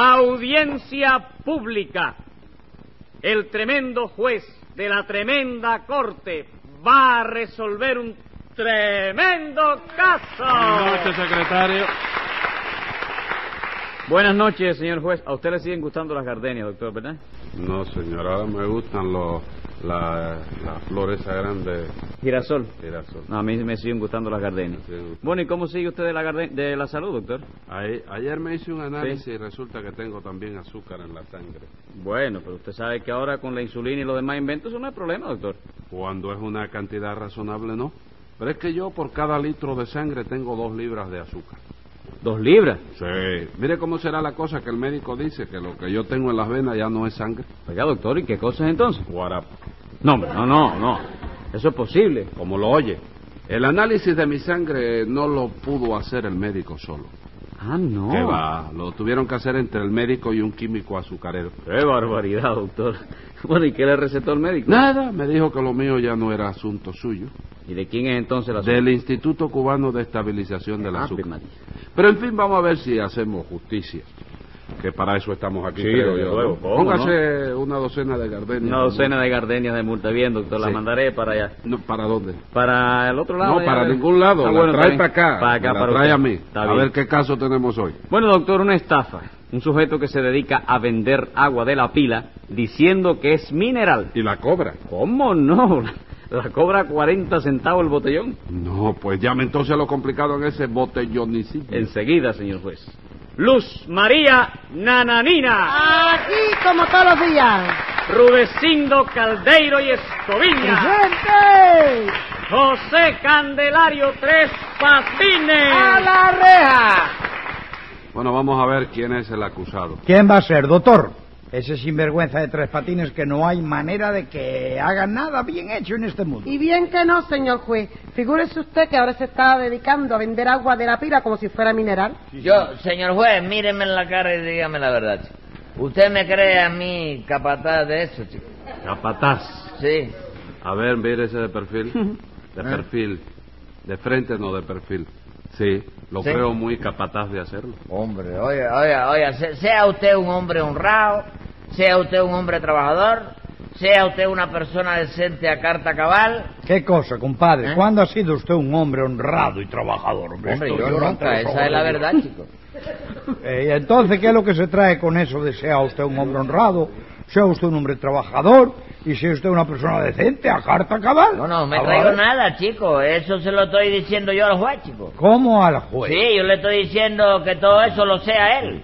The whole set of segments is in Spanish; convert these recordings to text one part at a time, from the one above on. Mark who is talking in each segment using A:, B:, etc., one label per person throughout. A: Audiencia pública. El tremendo juez de la tremenda corte va a resolver un tremendo caso.
B: Buenas noches, secretario.
A: Buenas noches, señor juez. A usted le siguen gustando las gardenias, doctor, ¿verdad?
B: No, señora, ahora me gustan los, la- las flores esa grande
A: Girasol.
B: girasol.
A: No, a mí me siguen gustando las gardenias.
B: Me siguen gustando.
A: Bueno, ¿y cómo sigue usted de la, garde- de la salud, doctor?
B: Ahí- ayer me hice un análisis
A: Sí.
B: y resulta que tengo también azúcar en la sangre.
A: Bueno, pero usted sabe que ahora con la insulina y los demás inventos eso no es problema, doctor.
B: Cuando es una cantidad razonable, no. Pero es que yo por cada litro de sangre tengo dos libras de azúcar.
A: Dos libras.
B: Sí. Mire cómo será la cosa que el médico dice que lo que yo tengo en las venas ya no es sangre.
A: Oiga, doctor, ¿y qué cosas entonces?
B: Guarapa.
A: No, hombre, no, no, no. Eso es posible.
B: Como lo oye. El análisis de mi sangre no lo pudo hacer el médico solo.
A: Ah, no.
B: ¿Qué va? Lo tuvieron que hacer entre el médico y un químico azucarero.
A: Qué barbaridad, doctor. Bueno, ¿y qué le recetó el médico?
B: Nada, me dijo que lo mío ya no era asunto suyo.
A: ¿Y de quién es entonces la
B: Del Instituto Cubano de Estabilización del
A: Ah,
B: Azúcar.
A: María.
B: Pero en fin, vamos a ver si hacemos justicia. Que para eso estamos aquí.
A: Sí,
B: creo
A: desde
B: yo,
A: luego,
B: ¿no?
A: ¿cómo
B: Póngase una docena de gardenias.
A: Una docena de gardenias de multa. Bien, doctor, la
B: Sí.
A: mandaré para allá.
B: No, ¿Para dónde?
A: Para el otro lado.
B: No,
A: ya
B: para
A: veré.
B: ningún lado.
A: Ah,
B: la
A: bueno,
B: trae
A: está
B: para
A: bien.
B: acá.
A: Para acá,
B: Me la
A: para
B: trae
A: usted.
B: a mí.
A: Está
B: A
A: bien.
B: ver qué caso tenemos hoy.
A: Bueno, doctor, una estafa. Un sujeto que se dedica a vender agua de la pila diciendo que es mineral.
B: ¿Y la cobra?
A: ¿Cómo no? La cobra 40 centavos el botellón.
B: No, pues llame entonces a lo complicado en ese botellonicillo.
A: Enseguida, señor juez. Luz María Nananina,
C: Aquí como todos los días.
A: Rudecindo Caldeiro y Escoviña,
C: ¡Gente!
A: José Candelario Tres Patines.
C: ¡A la reja!
B: Bueno, vamos a ver quién es el acusado.
D: ¿Quién va a ser, doctor? Ese sinvergüenza de tres patines que no hay manera de que haga nada bien hecho en este mundo.
C: Y bien que no, señor juez. Figúrese usted que ahora se está dedicando a vender agua de la pira como si fuera mineral.
E: Yo, señor juez, míreme en la cara y dígame la verdad. chico. ¿Usted me cree a mí capataz de eso, chico?
B: Capataz.
E: Sí.
B: A ver, mire ese de perfil.
E: Eh.
B: De perfil. De frente, no de perfil. Sí, lo
E: Sí.
B: creo muy capataz de hacerlo.
E: Hombre, oiga, oiga, oiga, se- sea usted un hombre honrado, sea usted un hombre trabajador, sea usted una persona decente a carta cabal.
D: ¿Qué cosa, compadre?
E: ¿Eh?
D: ¿Cuándo ha sido usted un hombre honrado y trabajador?
E: Hombre,
D: Estoy
E: yo
D: llorando
E: nunca,
D: los ojos
E: esa es la
D: de Dios.
E: verdad, chico.
D: Eh, ¿y entonces, ¿qué es lo que se trae con eso de sea usted un hombre honrado, sea usted un hombre trabajador y sea usted una persona decente, a carta cabal?
E: No, no, me
D: Cabal.
E: traigo nada, chico. Eso se lo estoy diciendo yo al juez, chico.
D: ¿Cómo al
B: Pues.
D: juez?
E: Sí, yo le estoy diciendo que todo eso lo sea él,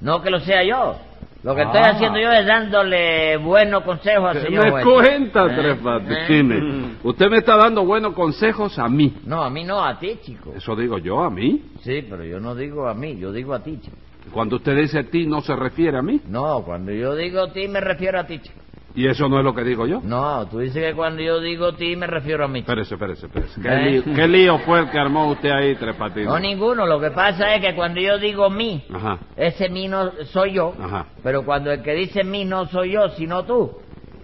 E: no que lo sea yo. Lo que estoy
D: Ah.
E: haciendo yo es dándole buenos consejos al
B: ¿Qué
E: señor
B: me
E: juez.
B: cuenta,
E: ¿Eh?
B: Tres
E: ¿Eh?
B: Patines? Usted me está dando buenos consejos a mí.
E: No, a mí no, a ti, chico.
B: Eso digo yo, a mí.
E: Sí, pero yo no digo a mí, yo digo a ti, chico.
B: Cuando usted dice a ti, no se refiere a mí.
E: No, cuando yo digo a ti me refiero a ti, chico.
B: Y eso no es lo que digo yo.
E: No, tú dices que cuando yo digo a ti me refiero a mí. chico.
B: Espérese, espérese, espérese. ¿Qué,
E: ¿Eh?
B: lío, qué lío fue el que armó usted ahí, Tres Patines?
E: No, ninguno. Lo que pasa es que cuando yo digo mí,
B: Ajá.
E: ese mí no soy yo.
B: Ajá.
E: Pero cuando el que dice mí no soy yo, sino tú.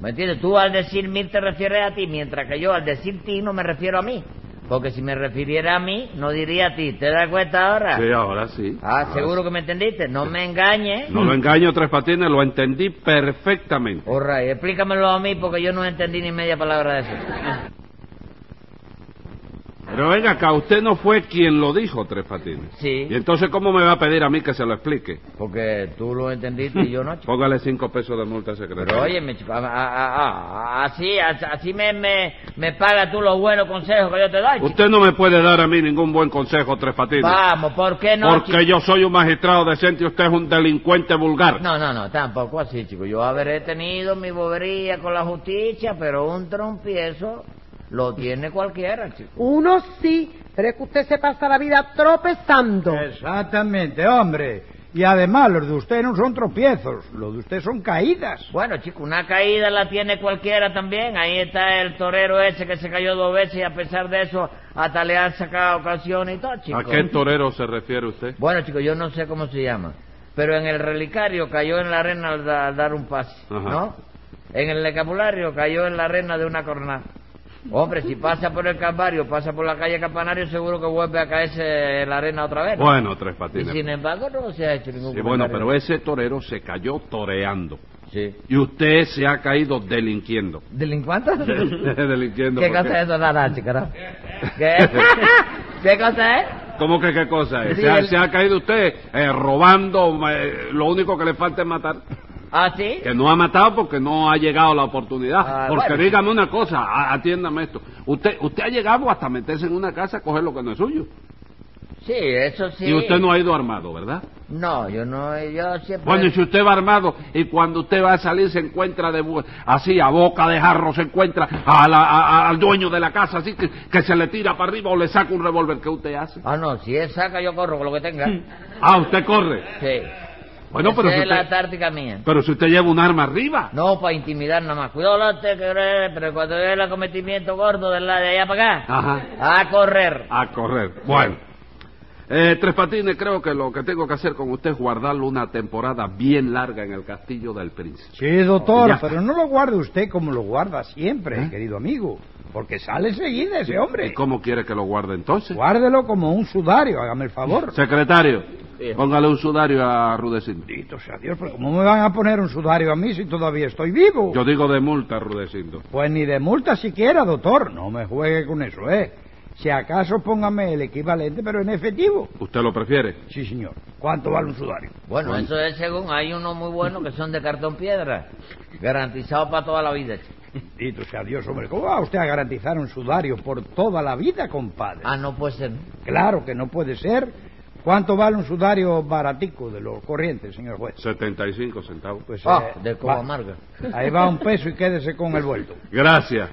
E: ¿Me entiendes? Tú al decir mí te refieres a ti, mientras que yo al decir ti no me refiero a mí. Porque si me refiriera a mí, no diría a ti. ¿Te das cuenta ahora?
B: Sí, ahora sí.
E: Ah,
B: Ahora
E: seguro que me entendiste. No me engañes.
B: No lo engaño, Tres Patines, lo entendí perfectamente.
E: Orra, y explícamelo a mí porque yo no entendí ni media palabra de eso.
B: Pero venga acá, usted no fue quien lo dijo, Tres Patines.
E: Sí.
B: ¿Y entonces cómo me va a pedir a mí que se lo explique?
E: Porque tú lo entendiste y yo no. chico.
B: Póngale cinco pesos de multa,
E: Pero
B: secretario.
E: óyeme, chico, a- a- a- a- así, a- así me, me, me pagas tú los buenos consejos que yo te doy, chico.
B: Usted no me puede dar a mí ningún buen consejo, Tres Patines.
E: Vamos, ¿por qué no,
B: porque yo soy un magistrado decente y usted es un delincuente vulgar.
E: chico? No, no, no, tampoco así, chico. Yo habré tenido mi bobería con la justicia, pero un trompiezo lo tiene cualquiera, chico.
C: Uno sí, pero es que usted se pasa la vida tropezando.
D: Exactamente, hombre. Y además, los de usted no son tropiezos, los de usted son caídas.
E: Bueno, chico, una caída la tiene cualquiera también. Ahí está el torero ese que se cayó dos veces y a pesar de eso hasta le han sacado ocasión y todo, chico.
B: ¿A qué torero se refiere usted?
E: Bueno, chicos, yo no sé cómo se llama, pero en el relicario cayó en la arena al, da- al dar un pase,
B: Ajá.
E: ¿no? En el lecapulario cayó en la arena de una cornada. Hombre, si pasa por el Calvario, pasa por la calle Campanario, seguro que vuelve a caerse en la arena otra vez. ¿no?
B: Bueno, Tres
E: y
B: Patines.
E: sin embargo, no se ha hecho ningún
B: Sí, bueno,
E: comentario.
B: pero ese torero se cayó toreando.
E: Sí.
B: Y usted se ha caído delinquiendo.
E: ¿Delincuente?
B: delinquiendo.
E: ¿Qué
B: ¿por qué?
E: cosa es eso, nada, chica? ¿Qué? ¿Qué cosa es?
B: ¿Cómo que qué cosa es?
E: Sí,
B: ¿Se, ha,
E: el-
B: se ha caído usted eh, robando, eh, lo único que le falta es matar.
E: ¿Ah, sí?
B: Que no ha matado porque no ha llegado la oportunidad.
E: Ah,
B: porque
E: bueno.
B: dígame una cosa, a- atiéndame esto. Usted usted ha llegado hasta meterse en una casa a coger lo que no es suyo.
E: Sí, eso sí.
B: Y usted no ha ido armado, ¿verdad?
E: No, yo no, yo siempre...
B: Bueno, y si usted va armado y cuando usted va a salir se encuentra de, bu- así, a boca de jarro, se encuentra a la- a- a- al dueño de la casa, así que, que se le tira para arriba o le saca un revólver, ¿qué usted hace?
E: Ah, no, si él saca, yo corro con lo que tenga.
B: Ah, usted corre.
E: Sí.
B: Bueno, pero
E: Esa
B: si,
E: es la
B: usted,
E: táctica mía.
B: pero si usted lleva un arma arriba.
E: No, para intimidar nada más. Cuidado, lote, que eh, pero cuando vea el acometimiento gordo de, la, de allá para acá,
B: Ajá.
E: a correr.
B: A correr. Bueno. Eh, Tres Patines, creo que lo que tengo que hacer con usted es guardarlo una temporada bien larga en el castillo del príncipe.
D: Sí, doctor,
B: Ya.
D: pero no lo guarde usted como lo guarda siempre, querido amigo, porque sale enseguida ese
B: ¿Y
D: hombre.
B: cómo quiere que lo guarde entonces?
D: Guárdelo como un sudario, hágame el favor.
B: Secretario,
A: Sí.
B: póngale un sudario a Rudecindo.
D: Bendito sea Dios, pero ¿cómo me van a poner un sudario a mí si todavía estoy vivo?
B: Yo digo de multa, Rudecindo.
D: Pues ni de multa siquiera, doctor. No me juegue con eso, ¿eh? Si acaso póngame el equivalente, pero en efectivo.
B: ¿Usted lo prefiere?
D: Sí, señor. ¿Cuánto vale un sudario?
E: Bueno, eso es según, hay unos muy buenos que son de cartón piedra, garantizado para toda la vida. chico.
D: Bendito sea Dios, hombre. ¿Cómo va usted a garantizar un sudario por toda la vida, compadre?
E: Ah, no puede ser.
D: Claro que no puede ser. ¿Cuánto vale un sudario baratico de los corrientes, señor juez?
B: 75 centavos.
D: Pues,
E: Ah,
D: eh,
E: de coba
D: va-
E: amarga.
D: Ahí va un peso y quédese con el vuelto.
B: Gracias.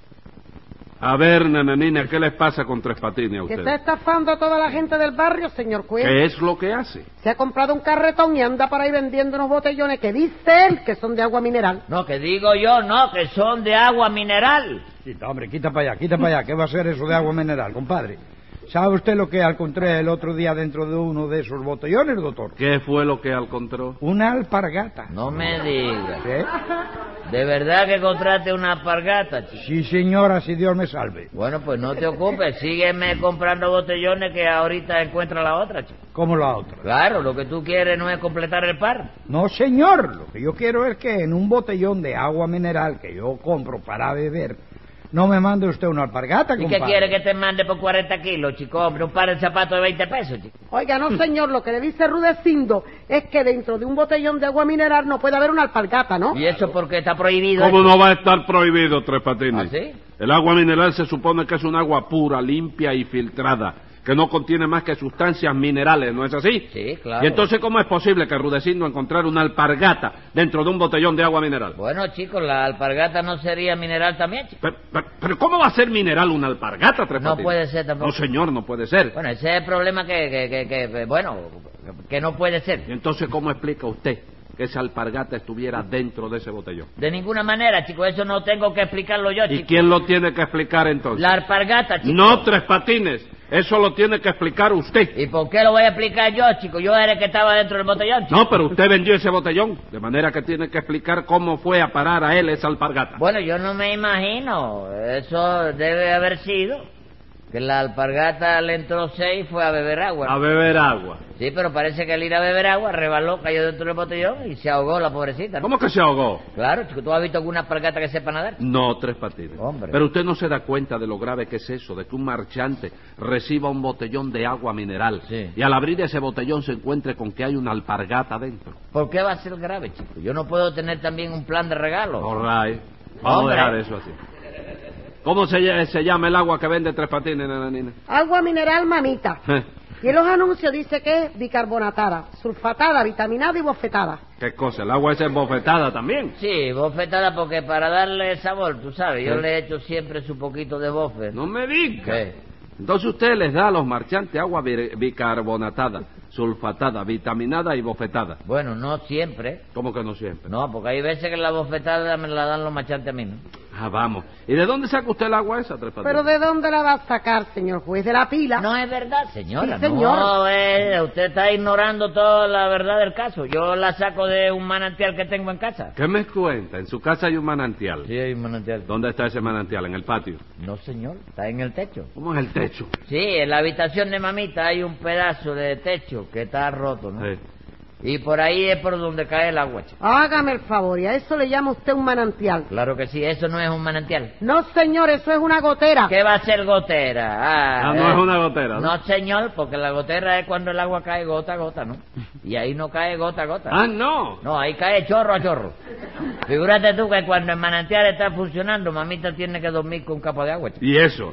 B: A ver, nananina, ¿qué les pasa con Tres Patines a
C: Que está
B: ustedes?
C: estafando a toda la gente del barrio, señor juez.
B: ¿Qué es lo que hace?
C: Se ha comprado un carretón y anda por ahí vendiendo unos botellones que dice él que son de agua mineral.
E: No, que digo yo, no, que son de agua mineral.
D: Quita, hombre, quita para allá, quita para allá. ¿Qué va a ser eso de agua mineral, compadre? ¿Sabe usted lo que encontré el otro día dentro de uno de esos botellones, doctor?
B: ¿Qué fue lo que alcontró?
D: Una alpargata.
E: No me digas.
D: ¿Eh?
E: ¿De verdad que contrate una alpargata, chico?
D: Sí, señora, si Dios me salve.
E: Bueno, pues no te ocupes, sígueme comprando botellones que ahorita encuentra la otra, chico.
D: Como la otra.
E: Claro, lo que tú quieres no es completar el par.
D: No, señor. Lo que yo quiero es que en un botellón de agua mineral que yo compro para beber, no me mande usted una alpargata,
E: ¿Y
D: compadre.
E: qué quiere que te mande por 40 kilos, chico? Hombre, un par de zapatos de 20 pesos, chico.
C: Oiga, no, señor, lo que le dice Rudecindo es que dentro de un botellón de agua mineral no puede haber una alpargata, ¿no?
E: ¿Y eso porque está prohibido?
B: ¿Cómo
E: chico?
B: no va a estar prohibido Tres Patines?
E: ¿Ah, sí?
B: El agua mineral se supone que es un agua pura, limpia y filtrada, que no contiene más que sustancias minerales, ¿no es así?
E: Sí, claro.
B: ¿Y entonces cómo es posible que Rudecindo encontrar una alpargata dentro de un botellón de agua mineral?
E: Bueno, chicos, la alpargata no sería mineral también, chico.
B: Pero, pero- pero ¿cómo va a ser mineral una alpargata, Tres
E: No
B: Patines?
E: puede ser tampoco.
B: No, señor, no puede ser.
E: Bueno, ese es el problema que, que, que, que- que, bueno, que no puede
B: ¿Y
E: ser.
B: entonces cómo explica usted que esa alpargata estuviera dentro de ese botellón?
E: De ninguna manera, chico, eso no tengo que explicarlo yo,
B: ¿Y
E: chico.
B: quién lo tiene que explicar entonces?
E: La alpargata, chico.
B: No, Tres Patines, eso lo tiene que explicar usted.
E: ¿Y por qué lo voy a explicar yo, chico? Yo era el que estaba dentro del botellón, chico.
B: No, pero usted vendió ese botellón, de manera que tiene que explicar cómo fue a parar a él esa alpargata.
E: Bueno, yo no me imagino. Eso debe haber sido que la alpargata le entró seis y fue a beber agua.
B: A beber agua.
E: Sí, pero parece que al ir a beber agua rebaló, cayó dentro del botellón y se ahogó la pobrecita. ¿no?
B: ¿Cómo que se ahogó?
E: Claro, chico, ¿tú has visto alguna alpargata que sepa nadar?
B: No, Tres Patines.
E: Hombre.
B: Pero usted no se da cuenta de lo grave que es eso, de que un marchante reciba un botellón de agua mineral
E: Sí.
B: y al abrir ese botellón se encuentre con que hay una alpargata dentro.
E: ¿Por qué va a ser grave, chico? Yo no puedo tener también un plan de regalo.
B: All right. ¿eh? Vamos
E: Hombre.
B: a dejar eso así. ¿Cómo se, ll- se llama el agua que vende Tres Patines, nananina?
C: Agua mineral mamita.
B: Eh,
C: Y en los anuncios dice que es bicarbonatada, sulfatada, vitaminada y bofetada.
B: ¿Qué cosa? El agua esa es bofetada también.
E: Sí, bofetada porque para darle sabor, tú sabes, yo
B: Sí.
E: le echo siempre su poquito de bofe.
B: No me diga.
E: Sí.
B: Entonces usted les da a los marchantes agua bi- bicarbonatada, sulfatada, vitaminada y bofetada.
E: Bueno, no siempre.
B: ¿Cómo que no siempre?
E: No, porque hay veces que la bofetada me la dan los machantes a mí, ¿no?
B: Ah, vamos. ¿Y de dónde saca usted el agua esa, Tres Patines?
C: ¿Pero de dónde la va a sacar, señor juez? ¿De la pila?
E: No es verdad, señora.
C: Sí, señor.
E: No, eh, usted está ignorando toda la verdad del caso. Yo la saco de un manantial que tengo en casa.
B: ¿Qué me cuenta? En su casa hay un manantial.
E: Sí, hay un manantial.
B: ¿Dónde está ese manantial? ¿En el patio?
E: No, señor, está en el techo.
B: ¿Cómo en el techo?
E: Sí, en la habitación de mamita hay un pedazo de techo que está roto, ¿no?
B: Sí.
E: Y por ahí es por donde cae el agua. chico.
C: Hágame el favor, y a eso le llama usted un manantial.
E: Claro que sí, eso no es un manantial.
C: No, señor, eso es una gotera.
E: ¿Qué va a ser gotera?
B: Ah, no
E: eh.
B: es una gotera, ¿no?
E: No, señor, porque la gotera es cuando el agua cae gota a gota, ¿no? Y ahí no cae gota a gota.
B: Ah, no.
E: No, ahí cae chorro a chorro. Figúrate tú que cuando el manantial está funcionando, mamita tiene que dormir con un capa de agua. chico.
B: ¿Y eso?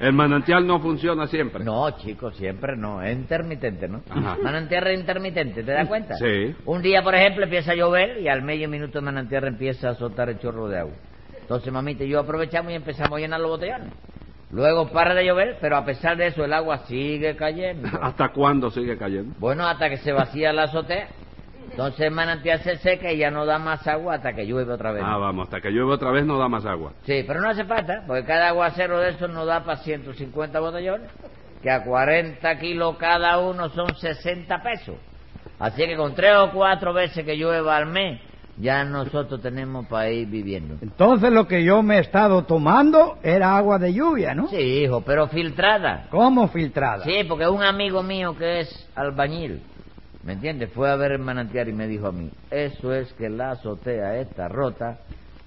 B: El manantial no funciona siempre.
E: No, chico, siempre no. Es intermitente, ¿no?
B: Ajá.
E: Manantial es intermitente, ¿te das cuenta?
B: Sí.
E: Un día, por ejemplo, empieza a llover y al medio minuto el manantial empieza a soltar el chorro de agua. Entonces, mamita y yo aprovechamos y empezamos a llenar los botellones. Luego para de llover, pero a pesar de eso el agua sigue cayendo.
B: ¿Hasta cuándo sigue cayendo?
E: Bueno, hasta que se vacía la azotea. Entonces el manantial se seca y ya no da más agua hasta que llueve otra vez.
B: Ah, vamos, hasta que llueve otra vez no da más agua.
E: Sí, pero no hace falta, porque cada aguacero de esos nos da para 150 botellones, que a 40 kilos cada uno son 60 pesos. Así que con tres o cuatro veces que llueva al mes, ya nosotros tenemos para ir viviendo.
D: Entonces lo que yo me he estado tomando era agua de lluvia, ¿no?
E: Sí, hijo, pero filtrada.
D: ¿Cómo filtrada?
E: Sí, porque un amigo mío que es albañil, ¿me entiendes? Fue a ver el manantial y me dijo a mí, eso es que la azotea está rota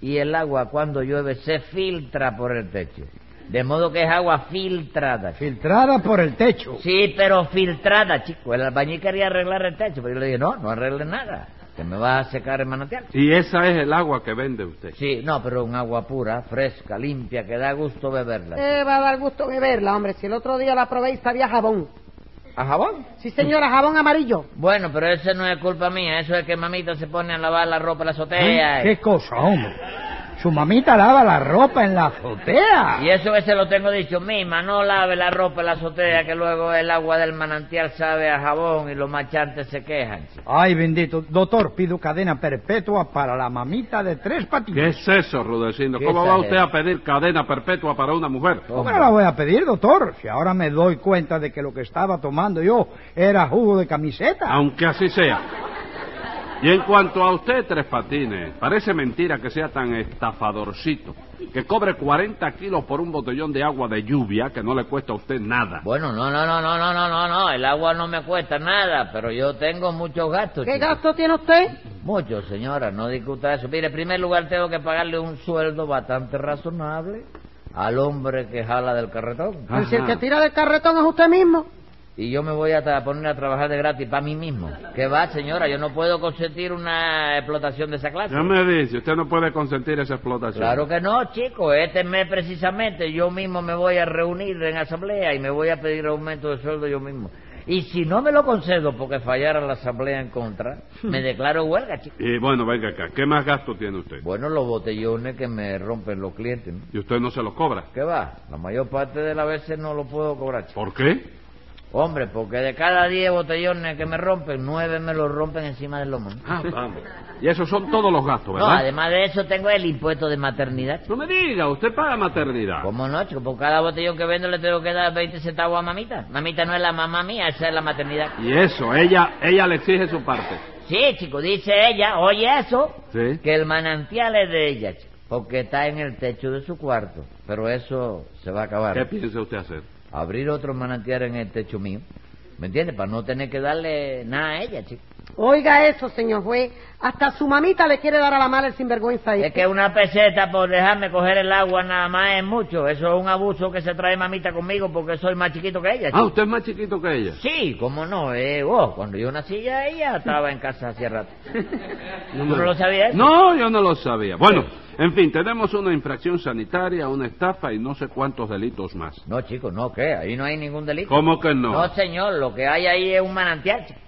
E: y el agua cuando llueve se filtra por el techo. De modo que es agua filtrada. chico.
D: Filtrada por el techo.
E: Sí, pero filtrada, chico. El albañil quería arreglar el techo, pero yo le dije, no, no arregle nada, que me va a secar el manantial.
B: Y esa es el agua que vende usted.
E: Sí, no, pero un agua pura, fresca, limpia, que da gusto beberla.
C: Eh, va a dar gusto beberla, hombre. Si el otro día la probé y sabía jabón.
E: ¿A jabón?
C: Sí, señora, jabón amarillo.
E: Bueno, pero eso no es culpa mía, eso es que mamita se pone a lavar la ropa en la azotea. y-
D: ¿Eh? ¿Qué cosa, hombre? Su mamita lava la ropa en la azotea.
E: Y eso que se lo tengo dicho misma, no lave la ropa en la azotea, que luego el agua del manantial sabe a jabón y los machantes se quejan.
D: Ay, bendito. Doctor, pido cadena perpetua para la mamita de tres
B: ¿Qué
D: patines.
B: es eso, Rudecindo?
E: ¿Qué
B: ¿Cómo va
E: exagero?
B: usted a pedir cadena perpetua para una mujer?
D: ¿Cómo me la voy a pedir, doctor? Si ahora me doy cuenta de que lo que estaba tomando yo era jugo de camiseta.
B: Aunque así sea. Y en cuanto a usted, Tres Patines, parece mentira que sea tan estafadorcito, que cobre 40 kilos por un botellón de agua de lluvia que no le cuesta a usted nada.
E: Bueno, no, no, no, no, no, no, no, no, el agua no me cuesta nada, pero yo tengo muchos gastos.
C: ¿Qué
E: chico.
C: gasto tiene usted?
E: Muchos, señora, no discuta eso. Mire, en primer lugar tengo que pagarle un sueldo bastante razonable al hombre que jala del carretón.
C: Pero si el
B: Ajá.
C: que tira del carretón es usted mismo.
E: Y yo me voy a tra- poner a trabajar de gratis para mí mismo. ¿Qué va, señora? Yo no puedo consentir una explotación de esa clase.
B: Ya me dice, usted no puede consentir esa explotación.
E: Claro que no, chico. Este mes precisamente yo mismo me voy a reunir en asamblea y me voy a pedir aumento de sueldo yo mismo. Y si no me lo concedo porque fallara la asamblea en contra, me declaro huelga, chico.
B: Y bueno, venga acá, ¿qué más gasto tiene usted?
E: Bueno, los botellones que me rompen los clientes. ¿no?
B: Y usted no se los cobra.
E: ¿Qué va? La mayor parte de las veces no lo puedo cobrar, chico.
B: ¿Por qué?
E: Hombre, porque de cada 10 botellones que me rompen, nueve me los rompen encima del lomo. ¿no?
B: Ah, vamos. Y esos son todos los gastos,
E: No,
B: ¿verdad?
E: además de eso tengo el impuesto de maternidad. chico.
B: No me diga, usted paga maternidad.
E: ¿Cómo no, chico? Por cada botellón que vendo le tengo que dar 20 centavos a mamita. Mamita no es la mamá mía, esa es la maternidad.
B: Y eso, ella, ella le exige su parte.
E: Sí, chico, dice ella, oye eso,
B: Sí.
E: que el manantial es de ella, chico, porque está en el techo de su cuarto. Pero eso se va a
B: ¿Qué
E: acabar.
B: piensa usted hacer?
E: Abrir otro manantial en el techo mío, ¿me entiendes? Para no tener que darle nada a ella, chico.
C: Oiga eso, señor juez. Hasta su mamita le quiere dar a la mala el sinvergüenza.
E: Es que una peseta por dejarme coger el agua nada más es mucho. Eso es un abuso que se trae mamita conmigo porque soy más chiquito que ella,
B: Ah,
E: chico.
B: usted es más chiquito que ella.
E: Sí, cómo no, eh, vos, cuando yo nací ya ella estaba en casa hace rato. ¿Tú no lo sabías?
B: No, yo no lo sabía. Bueno, en fin, tenemos una infracción sanitaria, una estafa y no sé cuántos delitos más.
E: No, chico, no, ¿qué? Ahí no hay ningún delito.
B: ¿Cómo que no?
E: No, señor, lo que hay ahí es un manantial, chico.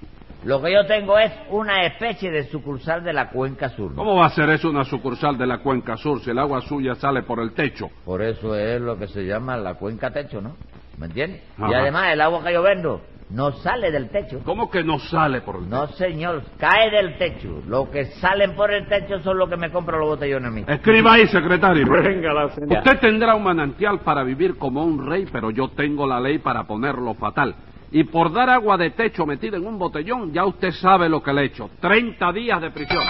E: Lo que yo tengo es una especie de sucursal de la cuenca sur. ¿no?
B: ¿Cómo va a ser eso una sucursal de la Cuenca Sur si el agua suya sale por el techo?
E: Por eso es lo que se llama la cuenca techo, ¿no? ¿Me entiendes? Y
B: Ajá.
E: además el agua que yo vendo No sale del techo.
B: ¿Cómo que no sale por el
E: No, señor, cae del techo. Lo que salen por el techo son los que me compran los botellones a mí.
B: Escriba ahí, secretario.
A: Venga la señal.
B: Usted tendrá un manantial para vivir como un rey, pero yo tengo la ley para ponerlo fatal. Y por dar agua de techo metida en un botellón, ya usted sabe lo que le he hecho. Treinta días de prisión.